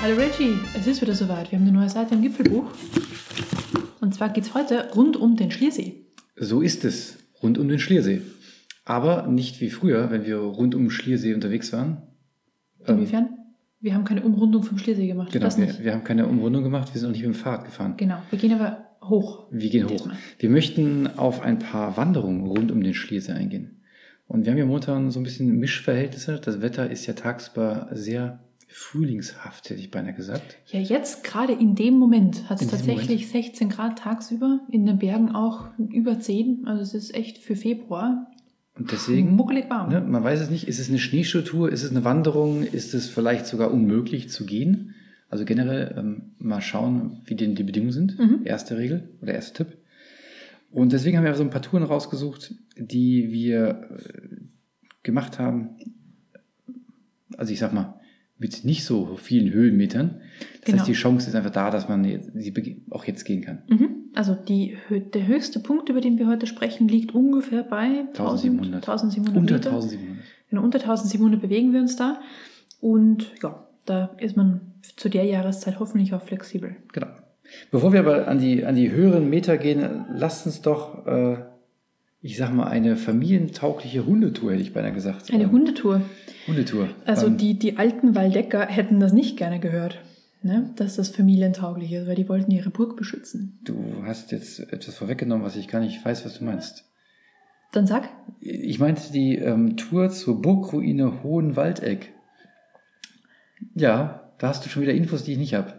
Hallo Reggie, es ist wieder soweit. Wir haben eine neue Seite im Gipfelbuch. Und zwar geht es heute rund um den Schliersee. So ist es, rund um den Schliersee. Aber nicht wie früher, wenn wir rund um den Schliersee unterwegs waren. Ähm, Inwiefern? Wir haben keine Umrundung vom Schliersee gemacht. genau, das wir, nicht. wir haben keine Umrundung gemacht, wir sind auch nicht mit dem Fahrrad gefahren. Genau. Wir gehen aber hoch. Wir gehen hoch. Diesmal. Wir möchten auf ein paar Wanderungen rund um den Schliersee eingehen. Und wir haben ja momentan so ein bisschen Mischverhältnisse. Das Wetter ist ja tagsüber sehr frühlingshaft, hätte ich beinahe gesagt. Ja, jetzt gerade in dem Moment hat es In diesem tatsächlich 16 Grad tagsüber, in den Bergen auch über 10. Also es ist echt für Februar Und deswegen, muckelig warm. ne, man weiß es nicht, ist es eine Schneeschuhtour, ist es eine Wanderung, ist es vielleicht sogar unmöglich zu gehen? Also generell ähm, mal schauen, wie denn die Bedingungen sind. Mhm. Erste Regel oder erster Tipp. Und deswegen haben wir so ein paar Touren rausgesucht, die wir äh, gemacht haben. Also ich sag mal, mit nicht so vielen Höhenmetern. Das Genau. heißt, die Chance ist einfach da, dass man jetzt- sie bege- auch jetzt gehen kann. Mhm. Also die, hö- der höchste Punkt, über den wir heute sprechen, liegt ungefähr bei 1700. 1700 Unter Meter. 1700. Genau, unter 1700 bewegen wir uns da. Und ja, da ist man zu der Jahreszeit hoffentlich auch flexibel. Genau. Bevor wir aber an die, an die höheren Meter gehen, lasst uns doch, äh, ich sag mal, eine familientaugliche Hundetour, hätte ich beinahe gesagt. Eine Ähm, Hundetour. Hundetour. Also Ähm, die, die alten Waldecker hätten das nicht gerne gehört, ne? dass das familientauglich ist, weil die wollten ihre Burg beschützen. Du hast jetzt etwas vorweggenommen, was ich gar nicht weiß, was du meinst. Dann sag, Ich meinte die ähm, Tour zur Burgruine Hohenwaldeck. Ja, da hast du schon wieder Infos, die ich nicht habe.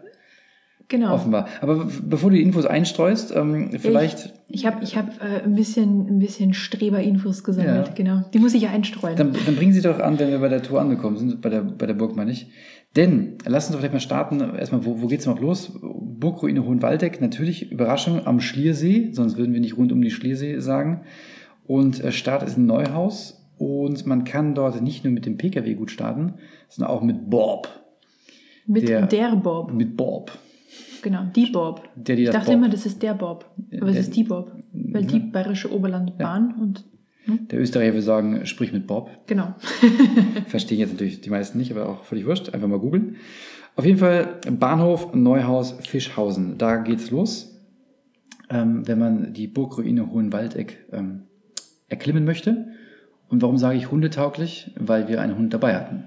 genau. Offenbar. Aber w- bevor du die Infos einstreust, ähm, vielleicht, Ich habe ich hab, äh, ein bisschen, ein bisschen Streber-Infos gesammelt, Ja. genau. Die muss ich ja einstreuen. dann, dann bringen sie doch an, wenn wir bei der Tour angekommen sind, bei der, bei der Burg meine ich. Denn, lass uns doch vielleicht mal starten, erstmal, wo, wo geht's noch los? Burgruine Hohenwaldeck, natürlich, Überraschung, am Schliersee, sonst würden wir nicht rund um die Schliersee sagen. Und äh, Start ist ein Neuhaus und man kann dort nicht nur mit dem Pkw gut starten, sondern auch mit Bob. Mit der, der- Bob, Mit Bob. genau, die Bob. Der, die Ich das dachte Bob- immer, das ist der Bob, aber es Der- ist die Bob, weil Mhm. die Bayerische Oberlandbahn und Der Österreicher würde sagen, sprich mit Bob. genau. Verstehen jetzt natürlich die meisten nicht, aber auch völlig wurscht. Einfach mal googeln. Auf jeden Fall Bahnhof Neuhaus Fischhausen. Da geht's los. Ähm, wenn man die Burgruine Hohenwaldeck ähm, erklimmen möchte. Und warum sage ich hundetauglich? Weil wir einen Hund dabei hatten.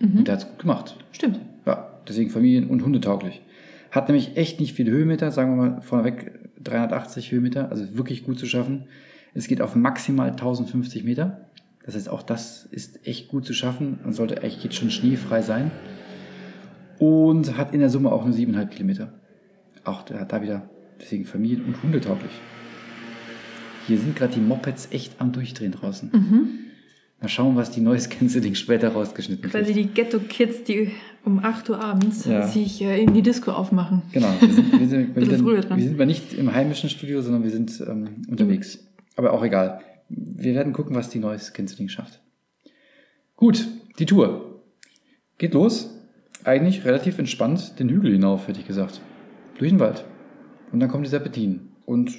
Mhm. Und der hat's gut gemacht. Stimmt. Ja, deswegen Familien- und Hundetauglich. Hat nämlich echt nicht viele Höhenmeter, sagen wir mal vorneweg 380 Höhenmeter, also wirklich gut zu schaffen. Es geht auf maximal 1050 Meter. Das heißt, auch das ist echt gut zu schaffen und sollte echt jetzt schon schneefrei sein. Und hat in der Summe auch nur 7,5 Kilometer. Auch da, da wieder, deswegen Familien- und Hundetauglich. Hier sind gerade die Mopeds echt am Durchdrehen draußen. Mhm. Mal schauen, was die Noise Cancelling später rausgeschnitten wird. Quasi die Ghetto-Kids, die um 8 Uhr abends Ja. sich äh, in die Disco aufmachen. Genau, wir sind, wir, sind, wir, Bisschen sind, früher dran. wir sind mal nicht im heimischen Studio, sondern wir sind ähm, unterwegs. Mhm. Aber auch egal. Wir werden gucken, was die Noise Cancelling schafft. Gut, die Tour. Geht los. Eigentlich relativ entspannt den Hügel hinauf, hätte ich gesagt. Durch den Wald. Und dann kommen die Serpentinen. Und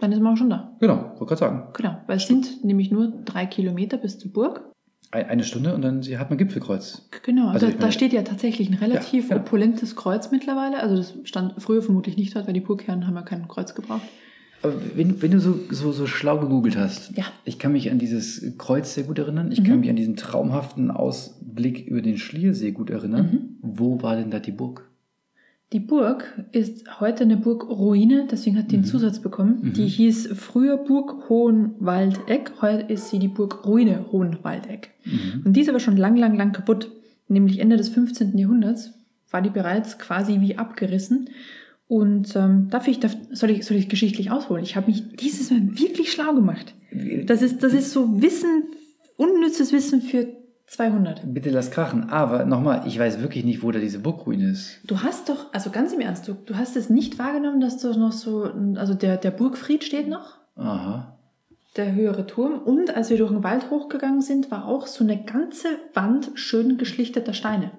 Dann ist man auch schon da. genau, wollte gerade sagen. Genau, weil es sind nämlich nur drei Kilometer bis zur Burg. Ein, eine Stunde und dann sie hat man Gipfelkreuz. Genau, Also da, ich da meine- steht ja tatsächlich ein relativ Ja, ja. opulentes Kreuz mittlerweile. Also das stand früher vermutlich nicht dort, weil die Burgherren haben ja kein Kreuz gebraucht. Aber Wenn, wenn du so, so, so schlau gegoogelt hast, Ja. ich kann mich an dieses Kreuz sehr gut erinnern. Ich Mhm. kann mich an diesen traumhaften Ausblick über den Schliersee gut Mhm. erinnern. Wo war denn da die Burg? Die Burg ist heute eine Burgruine, deswegen hat die einen Mhm. Zusatz bekommen. Mhm. Die hieß früher Burg Hohenwaldeck, heute ist sie die Burgruine Hohenwaldeck. Und die ist aber schon lang, lang, lang kaputt. Nämlich Ende des 15. Jahrhunderts war die bereits quasi wie abgerissen. Und ähm, darf ich, darf, soll ich, soll ich geschichtlich ausholen? Ich habe mich dieses Mal wirklich schlau gemacht. Das ist, das ist so Wissen, unnützes Wissen für 200. Bitte lass krachen. Aber nochmal, ich weiß wirklich nicht, wo da diese Burgruine ist. Du hast doch, also ganz im Ernst, du, du hast es nicht wahrgenommen, dass du noch so, also der, der Burgfried steht noch, Aha. der höhere Turm. Und als wir durch den Wald hochgegangen sind, war auch so eine ganze Wand schön geschlichteter Steine.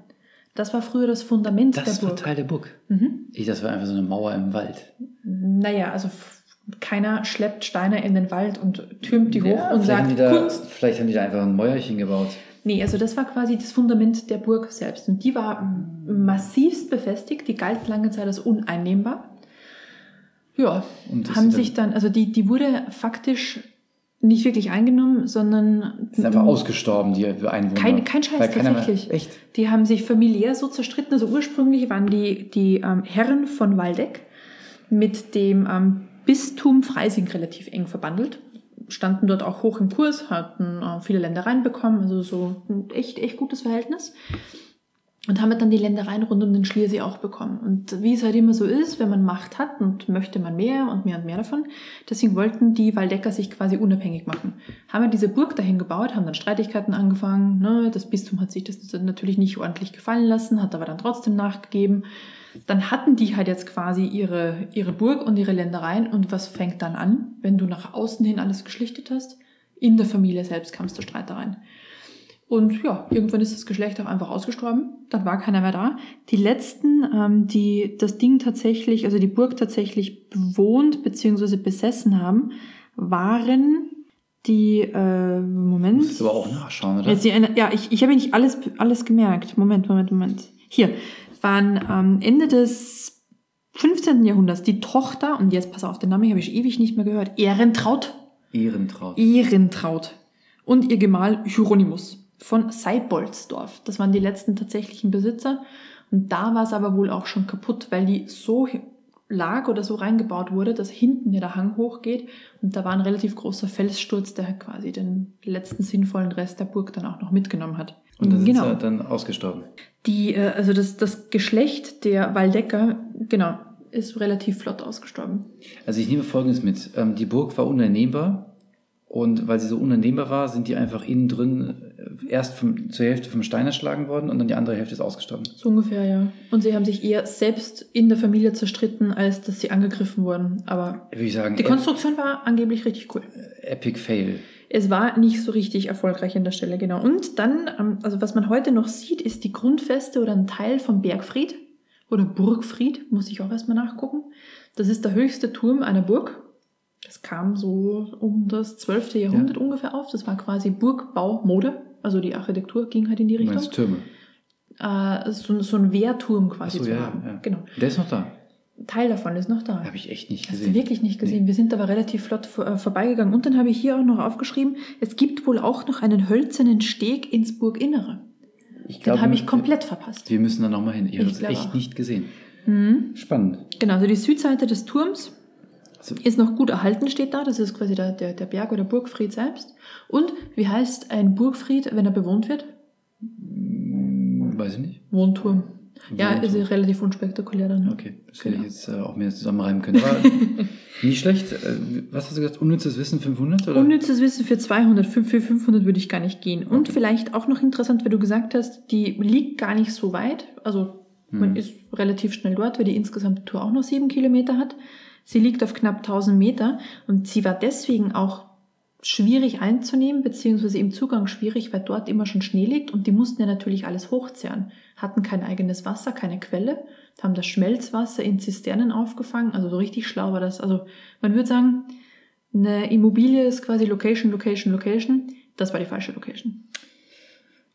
Das war früher das Fundament Das der war Burg. Teil der Burg. Mhm. Ich, das war einfach so eine Mauer im Wald. Naja, also f- Keiner schleppt Steine in den Wald und türmt die hoch und vielleicht haben sagt die da, Kunst. Vielleicht haben die da einfach ein Mäuerchen gebaut. Nee, also das war quasi das Fundament der Burg selbst. Und die war massivst befestigt, die galt lange Zeit als uneinnehmbar. Ja, Und das haben ist dann- sich dann, also die, die wurde faktisch nicht wirklich eingenommen, sondern Sind einfach ausgestorben, die Einwohner. Kein- kein Scheiß, Weil keiner tatsächlich. Mehr, echt? die haben sich familiär so zerstritten. Also ursprünglich waren die, die ähm, Herren von Waldeck mit dem ähm, Bistum Freising relativ eng verbandelt. Standen dort auch hoch im Kurs, hatten äh, viele Ländereien bekommen, also so ein echt, echt gutes Verhältnis. Und haben dann die Ländereien rund um den Schliersee auch bekommen. Und wie es halt immer so ist, wenn man Macht hat und möchte man mehr und mehr und mehr davon, deswegen wollten die Waldecker sich quasi unabhängig machen. Haben ja diese Burg dahin gebaut, haben dann Streitigkeiten angefangen. Ne? Das Bistum hat sich das natürlich nicht ordentlich gefallen lassen, hat aber dann trotzdem nachgegeben. Dann hatten die halt jetzt quasi ihre, ihre Burg und ihre Ländereien. Und was fängt dann an, wenn du nach außen hin alles geschlichtet hast? In der Familie selbst kamst du Streitereien. Und ja, irgendwann ist das Geschlecht auch einfach ausgestorben. Dann war keiner mehr da. Die letzten, ähm, die das Ding tatsächlich, also die Burg tatsächlich bewohnt bzw. besessen haben, waren die, äh, Moment. Musst du aber auch nachschauen, oder? Jetzt die eine, ja, ich, ich habe mir nicht alles, alles gemerkt. Moment, Moment, Moment. Hier waren ähm, Ende des 15. Jahrhunderts die Tochter, und jetzt pass auf, den Namen habe ich ewig nicht mehr gehört, Ehrentraut. Ehrentraut. Ehrentraut. Und ihr Gemahl Hieronymus von Seiboldsdorf. Das waren die letzten tatsächlichen Besitzer. Und da war es aber wohl auch schon kaputt, weil die so hi- lag oder so reingebaut wurde, dass hinten der Hang hochgeht. Und da war ein relativ großer Felssturz, der quasi den letzten sinnvollen Rest der Burg dann auch noch mitgenommen hat. Und Genau. halt dann sind sie dann ausgestorben. Die, äh, also das, das Geschlecht der Waldecker, genau, ist relativ flott ausgestorben. Also ich nehme Folgendes mit. Ähm, die Burg war uneinnehmbar und weil sie so uneinnehmbar war, sind die einfach innen drin äh, erst vom, zur Hälfte vom Stein erschlagen worden und dann die andere Hälfte ist ausgestorben. So ungefähr, ja. Und sie haben sich eher selbst in der Familie zerstritten, als dass sie angegriffen wurden. Aber Würde ich sagen, die ep Konstruktion war angeblich richtig cool. Epic Fail. Es war nicht so richtig erfolgreich an der Stelle, genau. Und dann, ähm, also was man heute noch sieht, ist die Grundfeste oder ein Teil vom Bergfried oder Burgfried, muss ich auch erstmal nachgucken. Das ist der höchste Turm einer Burg. Das kam so um das 12. Jahrhundert ungefähr auf. Das war quasi Burgbaumode. Also die Architektur ging halt in die Du Richtung. meinst Türme. Äh, so, so ein Wehrturm quasi Ach so, zu ja, haben. ja. Genau. Der ist noch da. Teil davon ist noch da. Habe ich echt nicht Hast gesehen. du wirklich nicht gesehen. Wir sind aber relativ flott vor, äh, vorbeigegangen. Und dann habe ich hier auch noch aufgeschrieben, es gibt wohl auch noch einen hölzernen Steg ins Burginnere. Ich Den glaube, habe ich komplett verpasst. Wir müssen da nochmal hin. Ich habe Ich es glaube echt auch. nicht gesehen. Mhm. Spannend. Genau, also die Südseite des Turms Also, ist noch gut erhalten, steht da. Das ist quasi der, der, der Berg oder Burgfried selbst. Und wie heißt ein Burgfried, wenn er bewohnt wird? mh, Hm, weiß ich nicht. Wohnturm. Ja, Wohnturm. ist ja relativ unspektakulär dann. Okay, das hätte Genau. ich jetzt äh, auch mehr zusammenreimen können. Aber nicht schlecht. Äh, was hast du gesagt? Unnützes Wissen 500? Oder? Unnützes Wissen für 200, für für 500 würde ich gar nicht gehen. Und Okay. vielleicht auch noch interessant, weil du gesagt hast, die liegt gar nicht so weit. Also man Mhm. ist relativ schnell dort, weil die insgesamt Tour auch noch sieben Kilometer hat. Sie liegt auf knapp 1000 Meter und sie war deswegen auch schwierig einzunehmen, beziehungsweise im Zugang schwierig, weil dort immer schon Schnee liegt und die mussten ja natürlich alles hochzehren, hatten kein eigenes Wasser, keine Quelle, haben das Schmelzwasser in Zisternen aufgefangen, also so richtig schlau war das. Also man würde sagen, eine Immobilie ist quasi Location, Location, Location. Das war die falsche Location.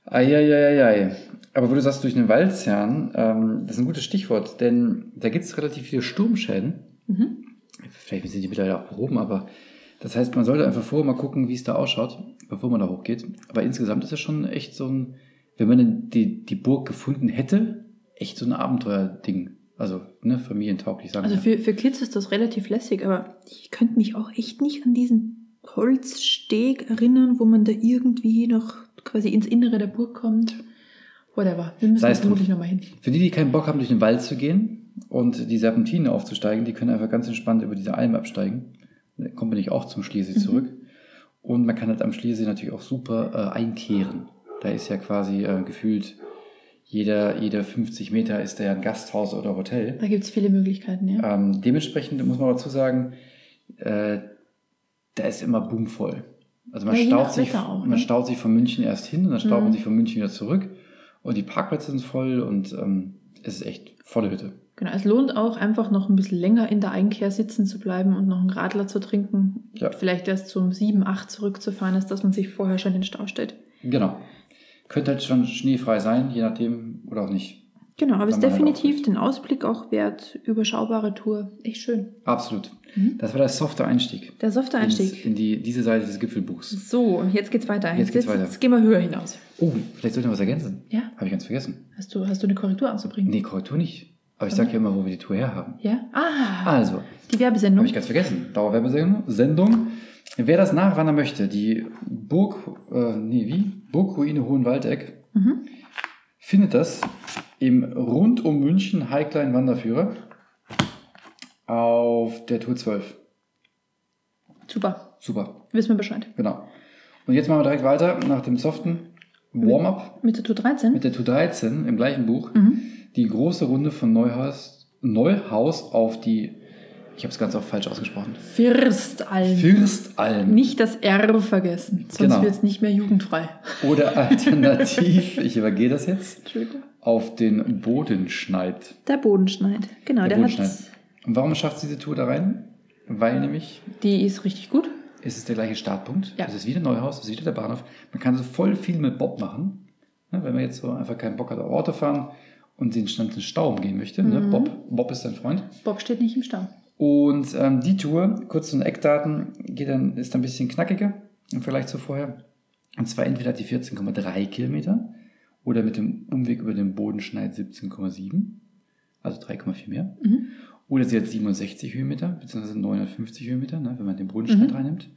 Eieieiei. Aber wo du sagst, durch den Wald zerren, ähm, das ist ein gutes Stichwort, denn da gibt es relativ viele Sturmschäden. Mhm. Vielleicht sind die mittlerweile auch behoben, aber das heißt, man sollte einfach vorher mal gucken, wie es da ausschaut, bevor man da hochgeht. Aber insgesamt ist das schon echt so ein, wenn man denn die, die Burg gefunden hätte, echt so ein Abenteuerding. Also, ne, familientauglich sagen Also wir. für, für Kids ist das relativ lässig, aber ich könnte mich auch echt nicht an diesen Holzsteg erinnern, wo man da irgendwie noch quasi ins Innere der Burg kommt. Whatever. Wir müssen Sei es da vermutlich nochmal hin. Für die, die keinen Bock haben, durch den Wald zu gehen und die Serpentinen aufzusteigen, die können einfach ganz entspannt über diese Alm absteigen. Da kommt man nicht auch zum Schliersee Mhm. zurück. Und man kann halt am Schliersee natürlich auch super äh, einkehren. Da ist ja quasi äh, gefühlt jeder, jeder 50 Meter ist da ja ein Gasthaus oder Hotel. Da gibt es viele Möglichkeiten, ja. Ähm, dementsprechend muss man dazu sagen, äh, da ist immer boomvoll. Also man, Ja, je staut nach sich, Wetter auch, man ne? staut sich von München erst hin und dann staut Mhm. man sich von München wieder zurück. Und die Parkplätze sind voll und ähm, es ist echt volle Hütte. Genau, es lohnt auch einfach noch ein bisschen länger in der Einkehr sitzen zu bleiben und noch einen Radler zu trinken. Ja. Vielleicht erst so um 7, 8 zurückzufahren, als dass man sich vorher schon in den Stau stellt. Genau. Könnte halt schon schneefrei sein, je nachdem oder auch nicht. Genau, aber es ist man halt definitiv aufbricht. den Ausblick auch wert. Überschaubare Tour. Echt schön. Absolut. Mhm. Das war der softe Einstieg. Der softe Ins, Einstieg. in die, diese Seite des Gipfelbuchs. So, und jetzt geht's weiter. Jetzt geht's weiter. jetzt gehen wir höher hinaus. Oh, vielleicht sollte ich noch was ergänzen. Ja. Habe ich ganz vergessen. Hast du, hast du eine Korrektur anzubringen? Nee, Korrektur nicht. Aber ich Mhm. sage ja immer, wo wir die Tour herhaben. Ja? Ah, Also, die Werbesendung. habe ich ganz vergessen. Dauerwerbesendung. Sendung. Wer das nachwandern möchte, die Burg, äh, nee, wie? Burgruine Hohenwaldeck, Mhm. findet das im rund um München Heiklein Wanderführer auf der Tour 12. Super. Super. Wissen wir Bescheid. Genau. Und jetzt machen wir direkt weiter nach dem soften Warm-up Mit der Tour 13? mit der Tour 13 im gleichen Buch. mhm. Die große Runde von Neuhaus, Neuhaus auf die, ich habe es ganz auch falsch ausgesprochen, Firstalm. Firstalm. nicht das R vergessen, sonst Genau. wird's nicht mehr jugendfrei. Oder alternativ, ich übergehe das jetzt, Entschuldigung. auf den Bodenschneid. Der Bodenschneid. Genau, Der der, Bodenschneid. Und warum schafft diese Tour da rein? Weil nämlich hat. Die ist richtig gut. es ist der gleiche Startpunkt. Ja. Es ist wieder Neuhaus, es ist wieder der Bahnhof. Man kann so voll viel mit Bob machen. Ne, wenn man jetzt so einfach keinen Bock hat, auf Auto fahren und den ganzen Stau umgehen möchte. Ne? Mhm. Bob, Bob ist dein Freund. Bob steht nicht im Stau. Und ähm, die Tour, kurz zu den Eckdaten, geht dann, ist ein bisschen knackiger im Vergleich zu vorher. Und zwar entweder hat die 14,3 Kilometer oder mit dem Umweg über den Bodenschneid 17,7, also 3,4 mehr. Mhm. Oder sie hat 67 Höhenmeter, beziehungsweise 950 Höhenmeter, ne, wenn man den Bodenschnitt Mhm. reinnimmt.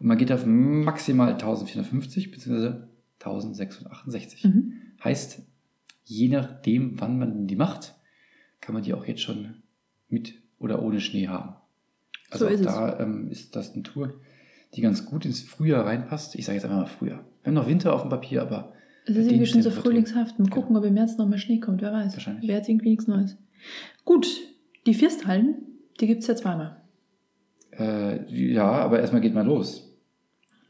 Und man geht auf maximal 1450, beziehungsweise 1668. Mhm. Heißt, je nachdem, wann man die macht, kann man die auch jetzt schon mit oder ohne Schnee haben. Also So auch ist es. da ähm, ist das eine Tour, die ganz gut ins Frühjahr reinpasst. Ich sage jetzt einfach mal Frühjahr. Wir haben noch Winter auf dem Papier, aber Es Bei ist irgendwie den schon so Temperaturen. frühlingshaft. Mal gucken, ob im März noch mal Schnee kommt. Wer weiß. Genau. Wahrscheinlich. Wäre jetzt irgendwie nichts Neues. Gut, die Firsthallen, die gibt's ja zweimal. äh, ja, aber erstmal geht man los.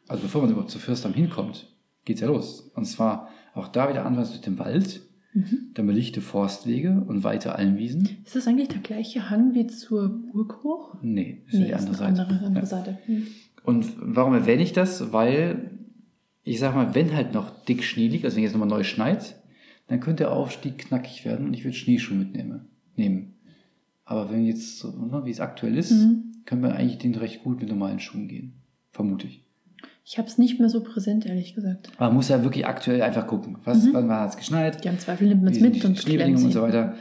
Also bevor man überhaupt zu Fürstamm hinkommt, geht's ja los. Und zwar auch da wieder anfangs durch den Wald, Mhm. dann belichte Forstwege und weite Almwiesen. Ist das eigentlich der gleiche Hang wie zur Burg hoch? Nee, ist ja die andere ist Seite. eine andere, andere Ja. Seite. Mhm. Und warum erwähne ich das? Weil, ich sag mal, wenn halt noch dick Schnee liegt, also wenn jetzt nochmal neu schneit, dann könnte der Aufstieg knackig werden und ich würde Schneeschuhe mitnehmen. Nehmen. Aber wenn jetzt, so, ne, wie es aktuell ist, Mhm. können wir eigentlich den recht gut mit normalen Schuhen gehen. Vermute ich. Ich habe es nicht mehr so präsent, ehrlich gesagt. Aber man muss ja wirklich aktuell einfach gucken. Was, Mhm. Wann hat es geschneit? Ja, im Zweifel nimmt man wie es sind mit die und klemmt Schneebedingungen und sie. so weiter.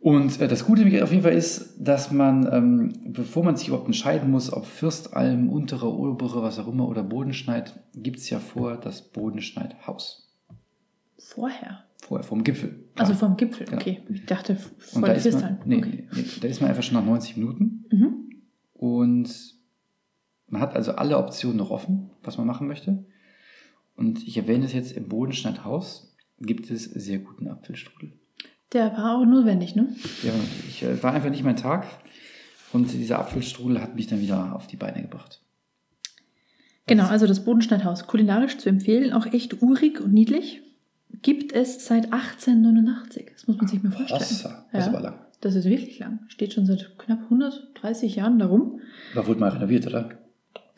Und äh, das Gute nämlich auf jeden Fall ist, dass man, ähm, bevor man sich überhaupt entscheiden muss, ob Fürstalm, untere, obere, was auch immer oder Bodenschneid, gibt es ja vor das Bodenschneidhaus. Vorher. Vorher, vom Gipfel. Also vom Gipfel, Genau. okay. Ich dachte f- vor und da der ist, Fisteln. man, nee, okay. nee, da ist man einfach schon nach 90 Minuten Mhm. und man hat also alle Optionen noch offen, was man machen möchte. Und ich erwähne es jetzt, im Bodenschneidhaus gibt es sehr guten Apfelstrudel. Der war auch notwendig, ne? Ja, ich äh, war einfach nicht mein Tag. Und dieser Apfelstrudel hat mich dann wieder auf die Beine gebracht. Genau, also das Bodenschneidhaus. Kulinarisch zu empfehlen, auch echt urig und niedlich. Gibt es seit 1889. Das muss man sich mal vorstellen. Hossa, das ist aber ja, lang. das ist wirklich lang. Steht schon seit knapp 130 Jahren darum. Da wurde mal renoviert, oder?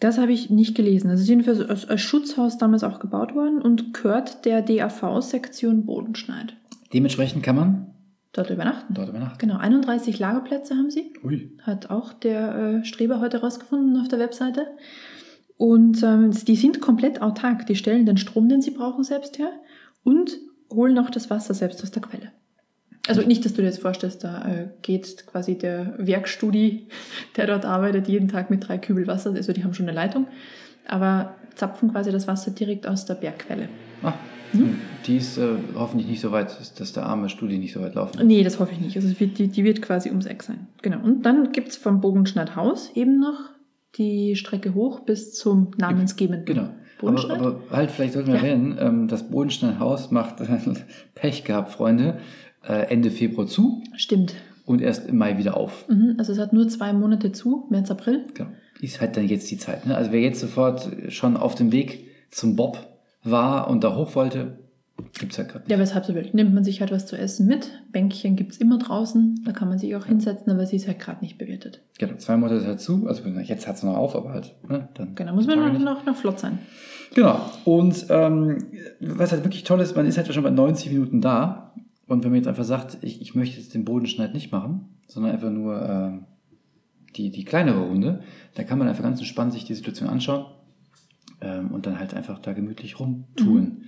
Das habe ich nicht gelesen. Das ist jedenfalls als, als Schutzhaus damals auch gebaut worden und gehört der DAV-Sektion Bodenschneid. Dementsprechend kann man Dort übernachten. dort übernachten. Genau, 31 Lagerplätze haben sie. Ui. hat auch der äh, Streber heute rausgefunden auf der Webseite. Und ähm, die sind komplett autark. Die stellen den Strom, den sie brauchen, selbst her und holen auch das Wasser selbst aus der Quelle. Also nicht, dass du dir jetzt vorstellst, da äh, geht quasi der Werkstudi, der dort arbeitet, jeden Tag mit drei Kübel Wasser. Also die haben schon eine Leitung, aber zapfen quasi das Wasser direkt aus der Bergquelle. Ah, Hm? Die ist äh, hoffentlich nicht so weit, dass- dass der arme Studi nicht so weit laufen. Nee, das hoffe ich nicht. Also es wird, die, die wird quasi ums Eck sein. Genau. Und dann gibt's vom Bogenschneidhaus eben noch die Strecke hoch bis zum namensgebenden Genau. Aber, Bodenschneid. aber halt, vielleicht sollten wir Ja. erwähnen, ähm, das Bodenschneidhaus macht äh, Pech gehabt, Freunde. Äh, Ende Februar zu Stimmt. und erst im Mai wieder auf. Mhm. Also es hat nur zwei Monate zu, März, April. Genau. Ist halt dann jetzt die Zeit. Ne? Also wer jetzt sofort schon auf dem Weg zum Bob war und da hoch wollte, Gibt's halt gerade nicht. Ja, weshalb so wild. Nimmt man sich halt was zu essen mit. Bänkchen gibt's immer draußen. Da kann man sich auch hinsetzen, aber sie ist halt gerade nicht bewertet. Genau, zwei Monate dazu. Also jetzt hat es noch auf, aber halt. Ne, dann Genau, muss man Tage noch, nicht. noch, noch flott sein. Genau. Und ähm, was halt wirklich toll ist, man ist halt schon bei 90 Minuten da. Und wenn man jetzt einfach sagt, ich, ich möchte jetzt den Bodenschneid nicht machen, sondern einfach nur ähm, die, die kleinere Runde, dann kann man einfach ganz entspannt sich die Situation anschauen ähm, und dann halt einfach da gemütlich rumtouren.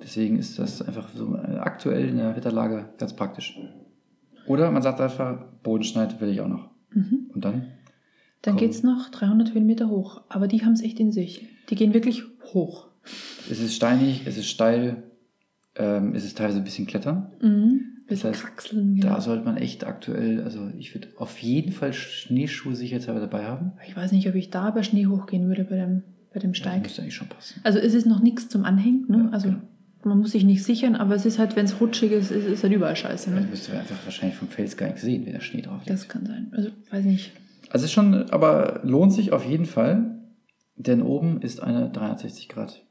Deswegen ist das einfach so äh, aktuell in der Wetterlage ganz praktisch. Oder man sagt einfach, Bodenschneid will ich auch noch. Mhm. Und dann? Komm. Dann geht's noch 300 Höhenmeter hoch. Aber die haben's echt in sich. Die gehen wirklich hoch. Es ist steinig, es ist steil, ähm, es ist teilweise ein bisschen klettern. Mhm. Bisschen heißt, kraxeln. genau. Da sollte man echt aktuell, also ich würde auf jeden Fall Schneeschuhe sicherheitshalber dabei haben. Ich weiß nicht, ob ich da bei Schnee hochgehen würde bei dem, bei Ja, dem Das Steig. müsste eigentlich schon passen. Also es ist noch nichts zum Anhängen. Ne? Ja, also genau. man muss sich nicht sichern, aber es ist halt, wenn es rutschig ist, ist es halt überall scheiße. Dann Ne? wirst du einfach wahrscheinlich vom Fels gar nicht sehen, wenn der Schnee drauf liegt. Das kann sein. Also weiß nicht. Also es ist schon, aber lohnt sich auf jeden Fall, denn oben ist eine 360 Grad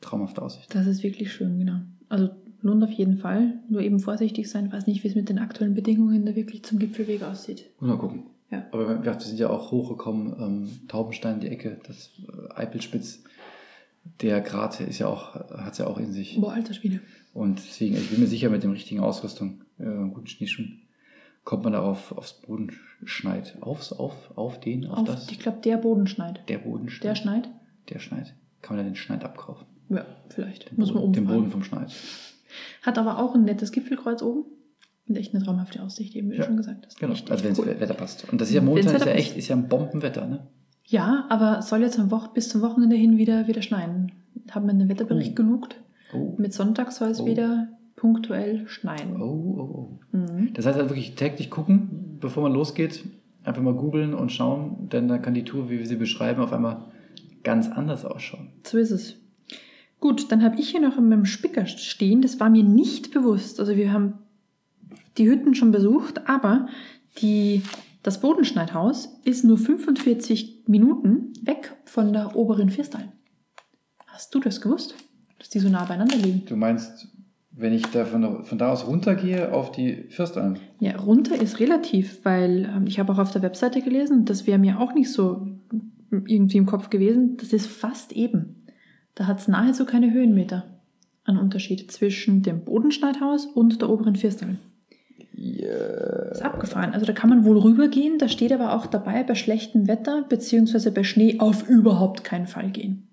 traumhafte Aussicht. Das ist wirklich schön, genau. Also lohnt auf jeden Fall. Nur eben vorsichtig sein. Weiß nicht, wie es mit den aktuellen Bedingungen da wirklich zum Gipfelweg aussieht. Muss mal gucken. Ja. Aber wir wir sind ja auch hochgekommen, ähm, Taubenstein, die Ecke, das äh, Eipelspitz. Der Grat ist ja auch, hat es ja auch in sich. Boah, alter Schwede. Und deswegen, also ich bin mir sicher, mit dem richtigen Ausrüstung, äh, guten Schneeschuhen, kommt man darauf aufs Bodenschneid. Aufs, auf, auf den, auf, Auf, das. ich glaube, der Boden schneit. Der Bodenschneid. Der schneit? Der Schneid. Kann man da den Schneid abkaufen? Ja, vielleicht. Den Muss man Boden, umfahren. Den Boden vom Schneid. Hat aber auch ein nettes Gipfelkreuz oben. Und echt eine traumhafte Aussicht, eben wie du Ja, schon gesagt hast. Genau. Richtig also wenn es cool. Wetter passt. Und das ist ja Wenn's Montag, ist Wetter ja passt. echt, ist ja ein Bombenwetter, ne? Ja, aber soll jetzt am Woch bis zum Wochenende hin wieder, wieder schneien. Haben wir in den Wetterbericht Oh. geguckt. Oh. Mit Sonntag soll es Oh. wieder punktuell schneien. Oh, oh, oh. Mhm. Das heißt halt wirklich täglich gucken, bevor man losgeht. Einfach mal googeln und schauen, denn dann kann die Tour, wie wir sie beschreiben, auf einmal ganz anders ausschauen. So ist es. Gut, dann habe ich hier noch in meinem Spicker stehen. Das war mir nicht bewusst. Also wir haben die Hütten schon besucht, aber die, das Bodenschneidhaus ist nur 45 Minuten weg von der oberen Firstal. Hast du das gewusst? Dass die so nah beieinander liegen? Du meinst, wenn ich da von, von da aus runtergehe auf die Fürstalm? Ja, runter ist relativ, weil ähm, ich habe auch auf der Webseite gelesen, das wäre mir auch nicht so irgendwie im Kopf gewesen. Das ist fast eben. Da hat es nahezu keine Höhenmeter an Unterschied zwischen dem Bodenschneidhaus und der oberen Firstal. Ist abgefahren. Also da kann man wohl rübergehen, da steht aber auch dabei, bei schlechtem Wetter beziehungsweise bei Schnee auf überhaupt keinen Fall gehen.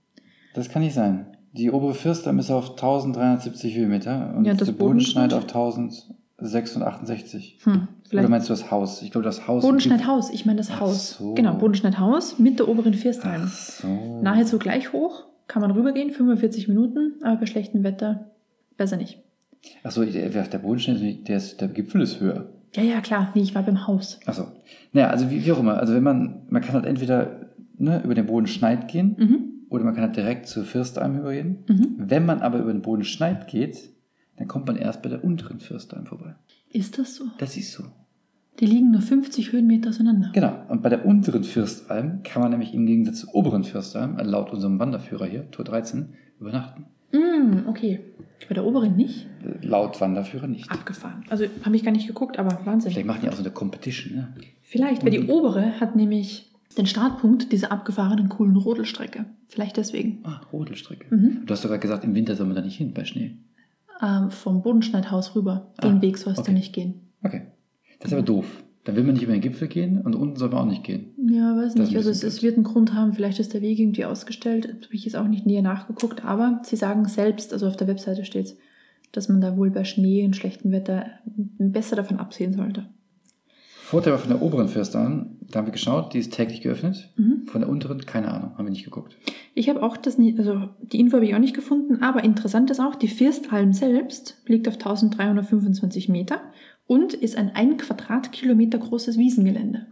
Das kann nicht sein. Die obere Fürstalm ist auf 1370 Höhenmeter und Ja, das der Bodenschneid auf Bodenschneid- 1668. Hm, Oder vielleicht meinst du das Haus? Ich glaube, das Haus. Bodenschneidhaus, ich meine das Ach Haus. so. Genau, Bodenschneidhaus mit der oberen Firstal. Ach so. Nahezu gleich hoch, kann man rübergehen, 45 Minuten, aber bei schlechtem Wetter besser nicht. Ach so, ich- der Bodenschneid, ist nicht- der, ist, der Gipfel ist höher. Ja, ja, klar, nee, ich war beim Haus. Achso. Naja, also wie, wie auch immer. Also wenn man, man kann halt entweder ne, über den Bodenschneid gehen Mhm. oder man kann halt direkt zur Fürstalm übergehen. Mhm. Wenn man aber über den Bodenschneid geht, dann kommt man erst bei der unteren Fürstalm vorbei. Ist das so? Das ist so. Die liegen nur 50 Höhenmeter auseinander. Genau. Und bei der unteren Fürstalm kann man nämlich im Gegensatz zur oberen Fürstalm, äh, laut unserem Wanderführer hier, Tour 13, übernachten. Mm, okay. Bei der oberen nicht? Äh, Laut Wanderführer nicht. Abgefahren. Also habe ich gar nicht geguckt, aber Wahnsinn. Vielleicht machen die auch so eine Competition, ne? Vielleicht, weil die obere hat nämlich den Startpunkt dieser abgefahrenen coolen Rodelstrecke. Vielleicht deswegen. Ah, Rodelstrecke. Mhm. Du hast sogar gesagt, im Winter soll man da nicht hin bei Schnee. Ähm, vom Bodenschneidhaus rüber. Den Ah, Weg sollst okay. du nicht gehen. Okay. Das ist aber doof. Dann will man nicht über den Gipfel gehen und unten soll man auch nicht gehen. Ja, weiß Das nicht. ist Also ein es, bisschen es wird einen Grund haben. Vielleicht ist der Weg irgendwie ausgestellt. Habe ich jetzt auch nicht näher nachgeguckt. Aber sie sagen selbst, also auf der Webseite steht es, dass man da wohl bei Schnee und schlechtem Wetter äh, besser davon absehen sollte. Vorteil war von der oberen Fürstalm, da haben wir geschaut, die ist täglich geöffnet. Mhm. Von der unteren, keine Ahnung, haben wir nicht geguckt. Ich habe auch das, nie- also die Info habe ich auch nicht gefunden, aber interessant ist auch, die Firstalm selbst liegt auf 1325 Meter und ist ein ein Quadratkilometer großes Wiesengelände.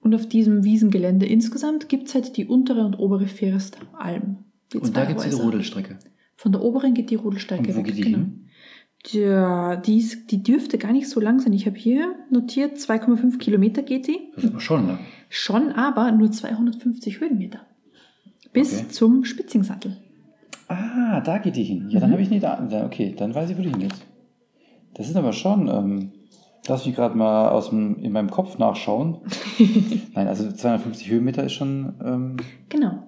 Und auf diesem Wiesengelände insgesamt gibt es halt die untere und obere Firstalm. die und zwei da gibt es diese Häuser. Rodelstrecke. Von der oberen geht die Rodelstrecke Und wo weg. geht die genau. hin? Tja, die, ist, die dürfte gar nicht so lang sein. Ich habe hier notiert, 2,5 Kilometer geht die. Das ist aber schon ne? lang. Schon aber nur 250 Höhenmeter. Bis Okay. zum Spitzingsattel. Ah, da geht die hin. Ja, dann Mhm. habe ich nicht. da- da- Okay, dann weiß ich, wo die hingeht. Das ist aber schon. Ähm, lass mich gerade mal aus dem, in meinem Kopf nachschauen. Nein, also 250 Höhenmeter ist schon, ähm, Genau.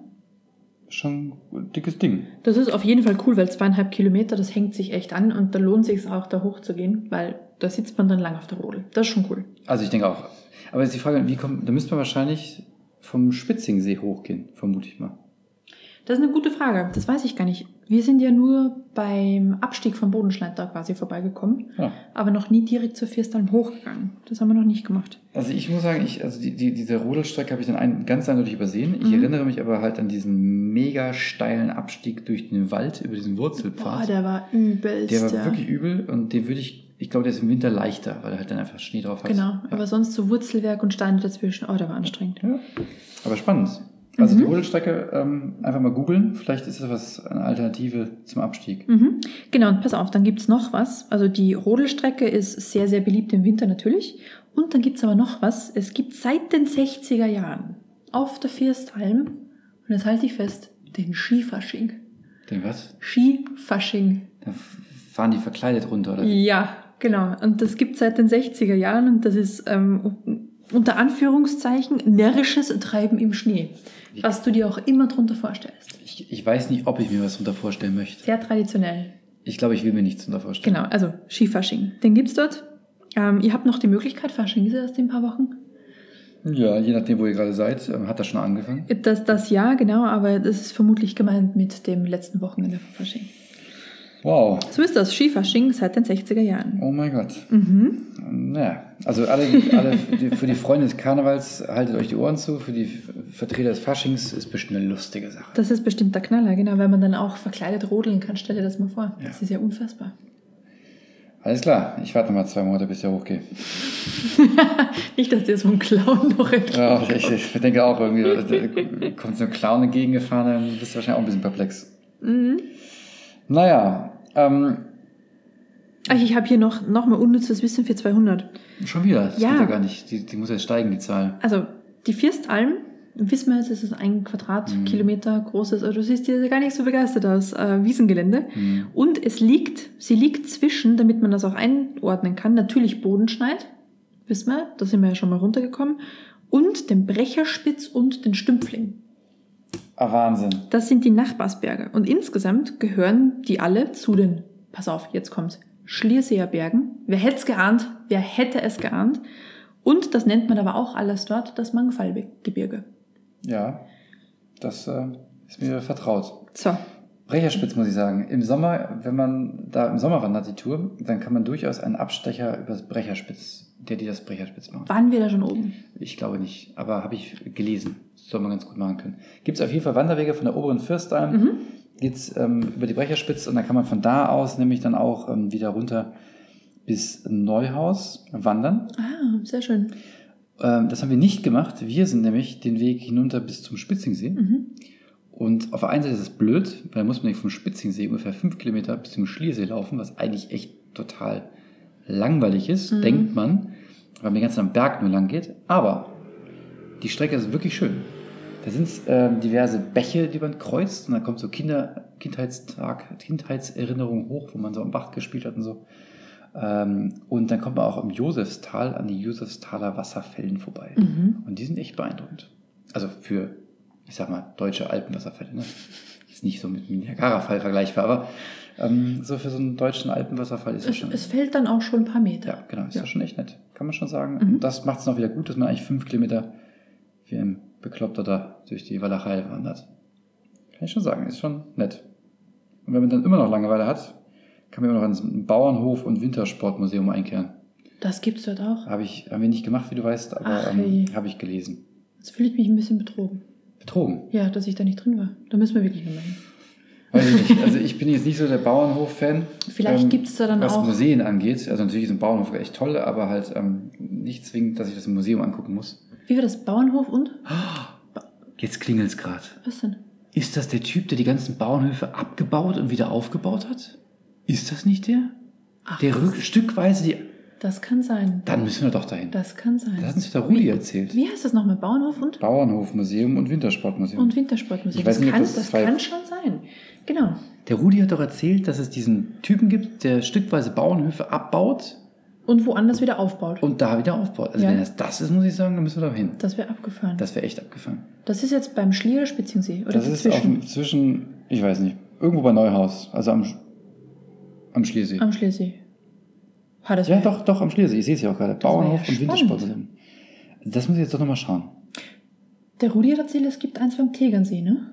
schon ein dickes Ding. Das ist auf jeden Fall cool, weil zweieinhalb Kilometer, das hängt sich echt an und da lohnt sich auch, da hochzugehen, weil da sitzt man dann lang auf der Rodel. Das ist schon cool. Also ich denke auch. Aber jetzt die Frage, wie kommt. Da müsste man wahrscheinlich vom Spitzingsee hochgehen, vermute ich mal. Das ist eine gute Frage. Das weiß ich gar nicht. Wir sind ja nur beim Abstieg vom Bodenschleiter quasi vorbeigekommen, Ja. aber noch nie direkt zur Vierstalm hochgegangen. Das haben wir noch nicht gemacht. Also ich muss sagen, ich, also die, die, diese Rodelstrecke habe ich dann ein, ganz eindeutig übersehen. Ich Mhm. erinnere mich aber halt an diesen mega steilen Abstieg durch den Wald über diesen Wurzelpfad. Boah, der war übelst. Der war ja. wirklich übel und den würde ich, ich glaube, der ist im Winter leichter, weil er halt dann einfach Schnee drauf hat. Genau, Ja. aber sonst so Wurzelwerk und Steine dazwischen. Oh, der war anstrengend. ja. aber spannend. Also Mhm. die Rodelstrecke ähm, einfach mal googeln. Vielleicht ist das was eine Alternative zum Abstieg. Mhm. Genau, und pass auf, dann gibt's noch was. Also die Rodelstrecke ist sehr, sehr beliebt im Winter natürlich. Und dann gibt's aber noch was. Es gibt seit den 60er Jahren auf der Firstalm, und jetzt halte ich fest, den Skifasching. Mhm. Denn was? Skifasching. Da f- fahren die verkleidet runter, oder? Ja, genau. Und das gibt's seit den 60er Jahren und das ist ähm, unter Anführungszeichen närrisches Treiben im Schnee. Was du dir auch immer drunter vorstellst. Ich, ich weiß nicht, ob ich mir was drunter vorstellen möchte. Sehr traditionell. Ich glaube, ich will mir nichts drunter vorstellen. Genau, also Skifasching. Den gibt's dort. Ähm, ihr habt noch die Möglichkeit, Fasching ist ja erst in ein paar Wochen. Ja, je nachdem, wo ihr gerade seid, ähm, hat das schon angefangen. Das, das ja, genau, aber das ist vermutlich gemeint mit dem letzten Wochenende von Fasching. Wow. So ist das, Skifasching seit den 60er Jahren. Oh mein Gott. Mhm. Naja, also alle, alle die, für die Freunde des Karnevals haltet euch die Ohren zu, für die Vertreter des Faschings ist bestimmt eine lustige Sache. Das ist bestimmt der Knaller, genau, weil man dann auch verkleidet rodeln kann. Stell dir das mal vor. Ja. Das ist ja unfassbar. Alles klar, ich warte mal zwei Monate, bis der hochgeht. Nicht, dass dir so ein Clown noch entgeht. Ja, ich, ich denke auch irgendwie, da kommt so ein Clown entgegengefahren, dann bist du wahrscheinlich auch ein bisschen perplex. Mhm. Naja, ähm, Ach, ich habe hier noch, noch mal unnützes Wissen für 200. schon wieder, das Ja. geht ja gar nicht. Die, die muss jetzt steigen, die Zahl. Also, die Firstalm, wissen wir jetzt, es ist ein Quadratkilometer großes, also du siehst hier gar nicht so begeistert aus, äh, Wiesengelände. Hm. Und es liegt, sie liegt zwischen, damit man das auch einordnen kann, natürlich Bodenschneid, wissen wir, da sind wir ja schon mal runtergekommen, und dem Brecherspitz und den Stümpfling. Ah, Wahnsinn. Das sind die Nachbarsberge. Und insgesamt gehören die alle zu den, pass auf, jetzt kommt's, Schlierseer Bergen. Wer hätte es geahnt? Wer hätte es geahnt? Und das nennt man aber auch alles dort das Mangfallgebirge. Ja, das äh, ist mir vertraut. So, Brecherspitz muss ich sagen. Im Sommer, wenn man da im Sommer wandert, die Tour, dann kann man durchaus einen Abstecher übers Brecherspitz, der die das Brecherspitz macht. waren wir da schon oben? Ich glaube nicht, aber habe ich gelesen. Soll man ganz gut machen können. Gibt es auf jeden Fall Wanderwege von der oberen Fürstalm, Mhm. geht's ähm, über die Brecherspitze und dann kann man von da aus nämlich dann auch ähm, wieder runter bis Neuhaus wandern. Ah, sehr schön. Ähm, das haben wir nicht gemacht. Wir sind nämlich den Weg hinunter bis zum Spitzingsee. Mhm. Und auf der einen Seite ist es blöd, weil da muss man nicht vom Spitzingsee ungefähr fünf Kilometer bis zum Schliersee laufen, was eigentlich echt total langweilig ist, Mhm. denkt man, weil man den ganzen am Berg nur lang geht. Aber die Strecke ist wirklich schön. Da sind ähm, diverse Bäche, die man kreuzt und dann kommt so Kinder, Kindheitstag, Kindheitserinnerung hoch, wo man so am Bach gespielt hat und so. Ähm, und dann kommt man auch am Josefstal an die Josefstaler Wasserfällen vorbei. Mhm. Und die sind echt beeindruckend. Also für, ich sag mal, deutsche Alpenwasserfälle. Ne? Ist nicht so mit dem Niagara-Fall vergleichbar, aber ähm, so für so einen deutschen Alpenwasserfall ist das Es, schon. es fällt dann auch schon ein paar Meter. ja, genau, ist Ja. das schon echt nett. Kann man schon sagen. Mhm. Und das macht es noch wieder gut, dass man eigentlich fünf Kilometer wie ein Bekloppter da durch die Walachei wandert. Kann ich schon sagen, ist schon nett. Und wenn man dann immer noch Langeweile hat, kann man immer noch ans Bauernhof und Wintersportmuseum einkehren. Das gibt's dort auch. Habe ich, haben wir nicht gemacht, wie du weißt, aber Ach, ähm, hey. habe ich gelesen. Jetzt fühle ich mich ein bisschen betrogen. Betrogen. Ja, dass ich da nicht drin war. Da müssen wir wirklich nochmal hin. Weiß ich nicht. Also ich bin jetzt nicht so der Bauernhof-Fan. Ähm, Vielleicht gibt's da dann was auch- Was Museen angeht. Also natürlich ist ein Bauernhof echt toll, aber halt ähm, nicht zwingend, dass ich das im Museum angucken muss. Wie war das? Bauernhof und? Jetzt klingelt's grad. Was denn? Ist das der Typ, der die ganzen Bauernhöfe abgebaut und wieder aufgebaut hat? Ist das nicht der? Ach, der rück, das, stückweise die... das kann sein. Dann müssen wir doch dahin. Das kann sein. Das hat uns der Rudi erzählt. Wie heißt das nochmal? Bauernhof und? Bauernhofmuseum und Wintersportmuseum. Und Wintersportmuseum. Ich weiß das nicht, ob kann, das das zwei- kann schon sein. Genau. Der Rudi hat doch erzählt, dass es diesen Typen gibt, der stückweise Bauernhöfe abbaut Und woanders wieder aufbaut. und da wieder aufbaut. Also Ja. wenn das das ist, muss ich sagen, dann müssen wir da hin. Das wäre abgefahren. Das, Das wäre echt abgefangen. ist jetzt beim Schlier Spitzingsee oder das ist auf dazwischen dem, zwischen, ich weiß nicht, irgendwo bei Neuhaus, also am, Sch- am Schliersee. am Schliersee. Ha, das ja, wär, doch, doch, am Schliersee. Ich sehe es ja auch gerade. wär ja Bauernhof und spannend. Wintersportzentrum. Das muss ich jetzt doch nochmal schauen. Der Rudi hat erzählt, es gibt eins beim Tegernsee, ne?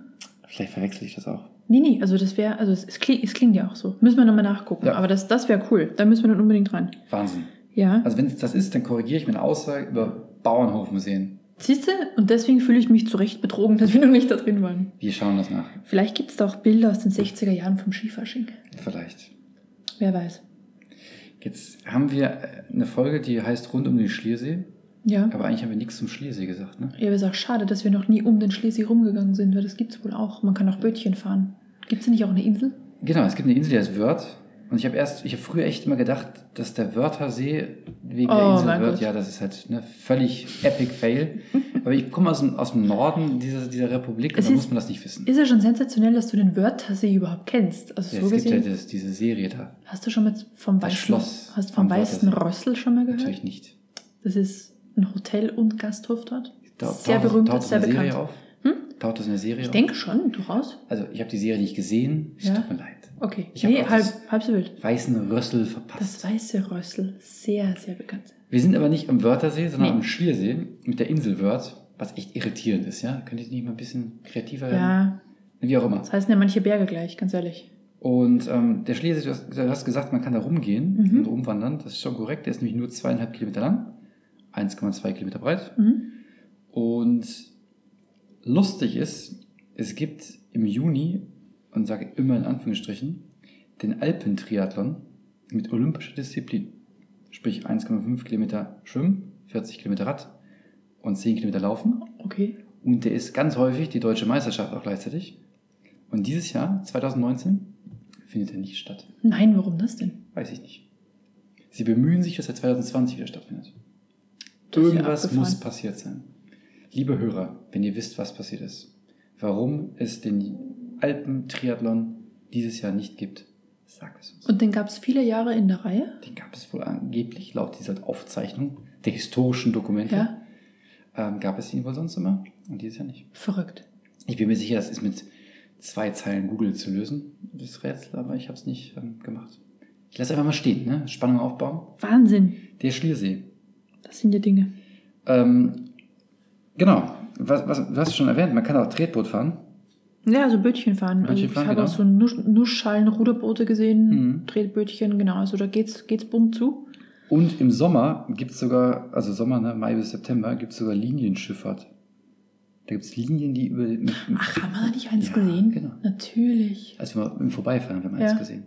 Vielleicht verwechsel ich das auch. Nee, nee, also das wäre, also es, es, klingt, es klingt ja auch so. Müssen wir nochmal nachgucken. Ja. Aber das, das wäre cool. Da müssen wir dann unbedingt rein. Wahnsinn. Ja. Also wenn es das ist, dann korrigiere ich meine Aussage über Bauernhofmuseen. Siehst du? Und deswegen fühle ich mich zu Recht betrogen, dass wir noch nicht da drin waren. Wir schauen das nach. Vielleicht gibt es da auch Bilder aus den 60er Jahren vom Skifasching. Vielleicht. Wer weiß. Jetzt haben wir äh, eine Folge, die heißt Rund um den Schliersee. Ja. Aber eigentlich haben wir nichts zum Schliersee gesagt, ne? Ja, aber ist auch schade, dass wir noch nie um den Schleswig rumgegangen sind, weil das gibt's wohl auch. Man kann auch Bötchen fahren. Gibt's denn nicht auch eine Insel? Genau, es gibt eine Insel, die heißt Wörth. Und ich habe erst, ich habe früher echt immer gedacht, dass der Wörther See wegen der Oh, Insel mein Wörth, Gott. ja, das ist halt ne, völlig epic fail. Aber ich komme aus dem, aus dem Norden dieser, dieser Republik Es und da ist- muss man das nicht wissen. Ist ja schon sensationell, dass du den Wörthersee überhaupt kennst. Also Ja, so es gibt ja gesehen. das, diese Serie da. hast du schon mal vom Das Weißen, Schloss hast vom am Weißen Wörthersee. Rössel schon mal gehört? Natürlich nicht. Das ist ein Hotel und Gasthof dort. Ta- sehr taucht das- berühmt, taucht das sehr in der bekannt. Serie auf? Hm? Taucht das in der Serie Ich auf? denke schon, durchaus. Also, ich habe die Serie nicht gesehen. Es Ja. tut mir leid. Okay. Ich hab Nee, auch halb, das- halb so wild. Weißen Rössel verpasst. Das Weiße Rössel, sehr, sehr bekannt. Wir sind aber nicht am Wörthersee, sondern Nee. am Schliersee mit der Insel Wörth, was echt irritierend ist, ja? Könnt ihr nicht mal ein bisschen kreativer werden? Ja, Wie auch immer. das heißen ja manche Berge gleich, ganz ehrlich. Und ähm, der Schliersee, du hast, du hast gesagt, man kann da rumgehen Mhm. und rumwandern. Das ist schon korrekt. Der ist nämlich nur zweieinhalb Kilometer lang, 1,2 Kilometer breit. Mhm. Und lustig ist, es gibt im Juni, und sage immer in Anführungsstrichen, den Alpentriathlon mit olympischer Disziplin. Sprich 1,5 Kilometer Schwimmen, 40 Kilometer Rad und 10 Kilometer Laufen. Okay. Und der ist ganz häufig die deutsche Meisterschaft auch gleichzeitig. Und dieses Jahr, 2019, findet er nicht statt. Nein, warum das denn? Weiß ich nicht. Sie bemühen sich, dass er 2020 wieder stattfindet. Das ist ja Irgendwas abgefahren. muss passiert sein. Liebe Hörer, wenn ihr wisst, was passiert ist, warum es den Alpen-Triathlon dieses Jahr nicht gibt, sagt es uns. Und den gab es viele Jahre in der Reihe. Den gab es wohl angeblich laut dieser Aufzeichnung der historischen Dokumente. Ja, Ähm, gab es ihn wohl sonst immer und dieses Jahr nicht. verrückt. Ich bin mir sicher, das ist mit zwei Zeilen Google zu lösen, das Rätsel, aber ich habe es nicht ähm, gemacht. Ich lasse einfach mal stehen, ne? Spannung aufbauen. Wahnsinn. Der Schliersee. Das sind ja Dinge. Ähm, genau. Was, was, du hast es schon erwähnt, man kann auch Tretboot fahren. Ja, also Bötchen fahren. also Bötchen ich fahren, habe genau. auch so Nuss- Nussschalen-Ruderboote gesehen, Mhm. Tretbötchen, genau. Also da geht's, geht's bunt zu. Und im Sommer gibt es sogar, also Sommer, ne, Mai bis September, gibt es sogar Linienschifffahrt. Da gibt es Linien, die über. Mit, mit, Ach, haben wir da nicht eins Mhm. Ja, gesehen? genau. Natürlich. also wir im Vorbeifahren haben wir Ja. eins gesehen.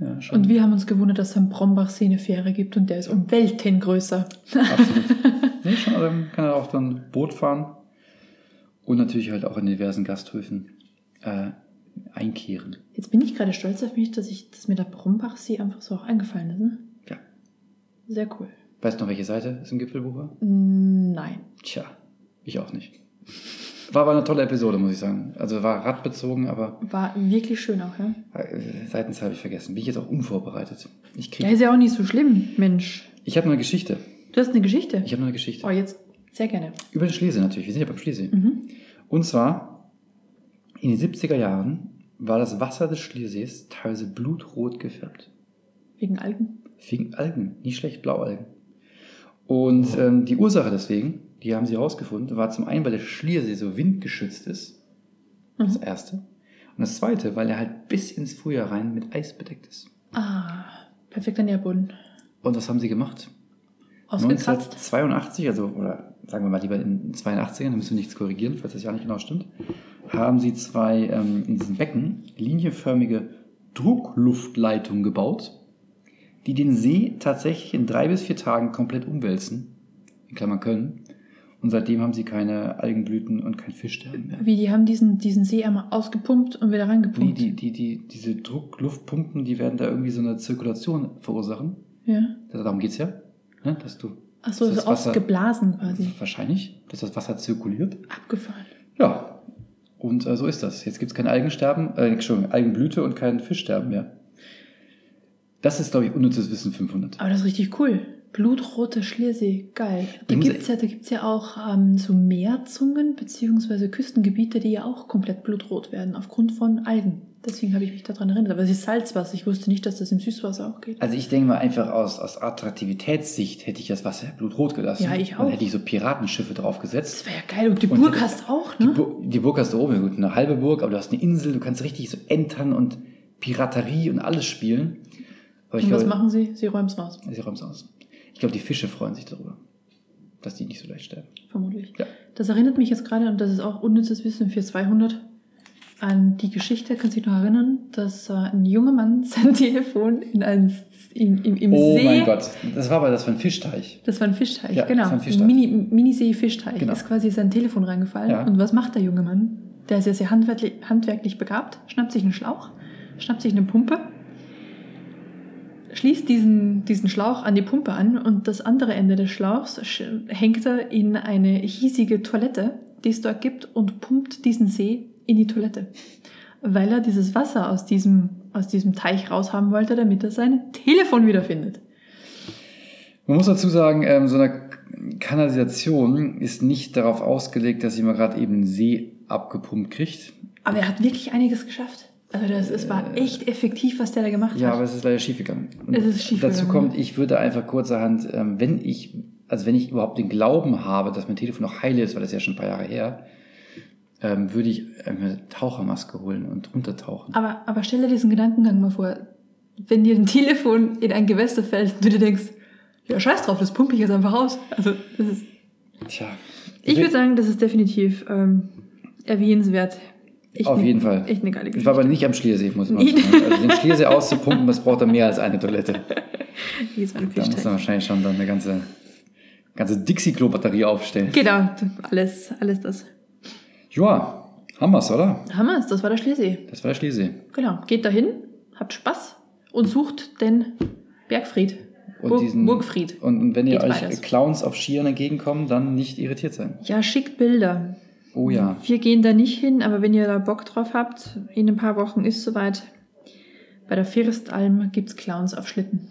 Ja, schon. Und wir haben uns gewundert, dass es am Brombachsee eine Fähre gibt und der ist um Welten größer. Absolut. nee, schon, also man kann halt auch dann Boot fahren und natürlich halt auch in diversen Gasthöfen äh, einkehren. Jetzt bin ich gerade stolz auf mich, dass, ich, dass mir der Brombachsee einfach so auch eingefallen ist. Ne? Ja. Sehr cool. Weißt du noch, welche Seite es im Gipfelbuch war? Mm, Nein. Tja, ich auch nicht. War aber eine tolle Episode, muss ich sagen. Also war radbezogen, aber War wirklich schön auch, ja? äh, seitens habe ich vergessen. Bin ich jetzt auch unvorbereitet. Ich Ja, krieg. ist ja auch nicht so schlimm, Mensch. Ich habe eine Geschichte. Du hast eine Geschichte. Ich habe eine Geschichte. Oh, jetzt sehr gerne. Über den Schlesee natürlich. Wir sind ja beim Schlesee. Mhm. Und zwar, in den 70er Jahren war das Wasser des Schlesees teilweise blutrot gefärbt. Wegen Algen. Wegen Algen, nicht schlecht, Blaualgen. Oh. Und ähm, die Ursache deswegen, die haben sie herausgefunden, war zum einen, weil der Schliersee so windgeschützt ist. Das Mhm. erste. Und das zweite, weil er halt bis ins Frühjahr rein mit Eis bedeckt ist. Ah, perfekter Nährboden. Und was haben sie gemacht? Ausgekratzt. 1982, also, oder sagen wir mal lieber in 82ern, da müssen wir nichts korrigieren, falls das ja nicht genau stimmt, haben sie zwei ähm, in diesem Becken linienförmige Druckluftleitungen gebaut, die den See tatsächlich in drei bis vier Tagen komplett umwälzen, in Klammern können. Und seitdem haben sie keine Algenblüten und kein Fischsterben mehr. Wie, die haben diesen, diesen See einmal ausgepumpt und wieder Nee, reingepumpt. die, die, die, diese Druckluftpumpen, die werden da irgendwie so eine Zirkulation verursachen. Ja. Also darum geht's ja. Ne? Dass du Achso, Ist so das Wasser- ausgeblasen quasi. wahrscheinlich, dass das Wasser zirkuliert. Abgefahren. Ja. Und äh, so ist das. Jetzt gibt es kein Algensterben, äh, Entschuldigung, Algenblüte und kein Fischsterben mehr. Das ist, glaube ich, unnützes Wissen 500. Aber das ist richtig cool. Blutrote Schliersee, geil. Da Ich muss- gibt es ja, da gibt's ja auch ähm, so Meerzungen bzw. Küstengebiete, die ja auch komplett blutrot werden aufgrund von Algen. Deswegen habe ich mich daran erinnert. Aber es ist Salzwasser. Ich wusste nicht, dass das im Süßwasser auch geht. Also ich denke mal einfach aus, aus Attraktivitätssicht hätte ich das Wasser blutrot gelassen. Ja, ich Dann auch. hätte ich so Piratenschiffe draufgesetzt. Das wäre ja geil. Und die Und Burg die- hast du auch, Die, ne? Bu die Burg hast du oben, gut, eine halbe Burg, aber du hast eine Insel, du kannst richtig so entern und Piraterie und alles spielen. Aber ich Und was glaube, machen sie? Sie räumen es raus, sie räumen es aus. Ich glaube, die Fische freuen sich darüber, dass die nicht so leicht sterben. vermutlich. Ja. Das erinnert mich jetzt gerade, und das ist auch unnützes Wissen für 200, an die Geschichte, kannst du dich noch erinnern, dass äh, ein junger Mann sein Telefon in ein, in, im, im oh See... mein Gott, das war aber das für ein Fischteich. Das war ein Fischteich, Ja, genau. das war ein Fischteich. Mini, Minisee-Fischteich. Genau. Ist quasi sein Telefon reingefallen. Ja. Und was macht der junge Mann? Der ist ja sehr handwerklich, handwerklich begabt, schnappt sich einen Schlauch, schnappt sich eine Pumpe, schließt diesen, diesen Schlauch an die Pumpe an und das andere Ende des Schlauchs sch- hängt er in eine hiesige Toilette, die es dort gibt, und pumpt diesen See in die Toilette. Weil er dieses Wasser aus diesem, aus diesem Teich raushaben wollte, damit er sein Telefon wiederfindet. Man muss dazu sagen, ähm, so eine Kanalisation ist nicht darauf ausgelegt, dass sie mal gerade eben einen See abgepumpt kriegt. Aber er hat wirklich einiges geschafft. Also das, es war echt effektiv, was der da gemacht Ja, hat. aber es ist leider schief gegangen. Es ist schief Dazu gegangen, kommt, ich würde einfach kurzerhand, ähm, wenn ich, also wenn ich überhaupt den Glauben habe, dass mein Telefon noch heile ist, weil das ist ja schon ein paar Jahre her, ähm, würde ich eine Tauchermaske holen und runtertauchen. aber, aber stell dir diesen Gedankengang mal vor. Wenn dir ein Telefon in ein Gewässer fällt und du dir denkst, ja scheiß drauf, das pumpe ich jetzt einfach aus. Also das ist, Tja. ich würde sagen, das ist definitiv ähm, erwähnenswert. Echt Auf ne- jeden Fall. Echt eine geile Ich war Geschichte. aber nicht am Schliersee, muss man Nicht. sagen. Also den Schliersee auszupumpen, das braucht dann mehr als eine Toilette. Hier ist mein Da muss man Fischteig. wahrscheinlich schon dann eine ganze, ganze Dixie-Klo-Batterie aufstellen. Genau, alles, alles das. Joa, haben wir's, oder? Hammers, das war der Schliersee. Das war der Schliersee. Genau, geht dahin, habt Spaß und sucht den Bergfried. Und Burg, diesen- Burgfried. Und, und wenn ihr Geht euch beides. Clowns auf Skiern entgegenkommen, dann nicht irritiert sein. Ja, schickt Bilder. Oh ja. Wir gehen da nicht hin, aber wenn ihr da Bock drauf habt, in ein paar Wochen ist soweit. Bei der Firstalm gibt's Clowns auf Schlitten.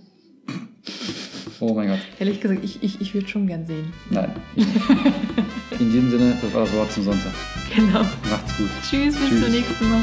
Oh mein Gott. Ehrlich gesagt, ich, ich, ich würde schon gern sehen. Nein. In diesem Sinne, das war das Wort zum Sonntag. Genau. Macht's gut. Tschüss, bis Tschüss. zum nächsten Mal.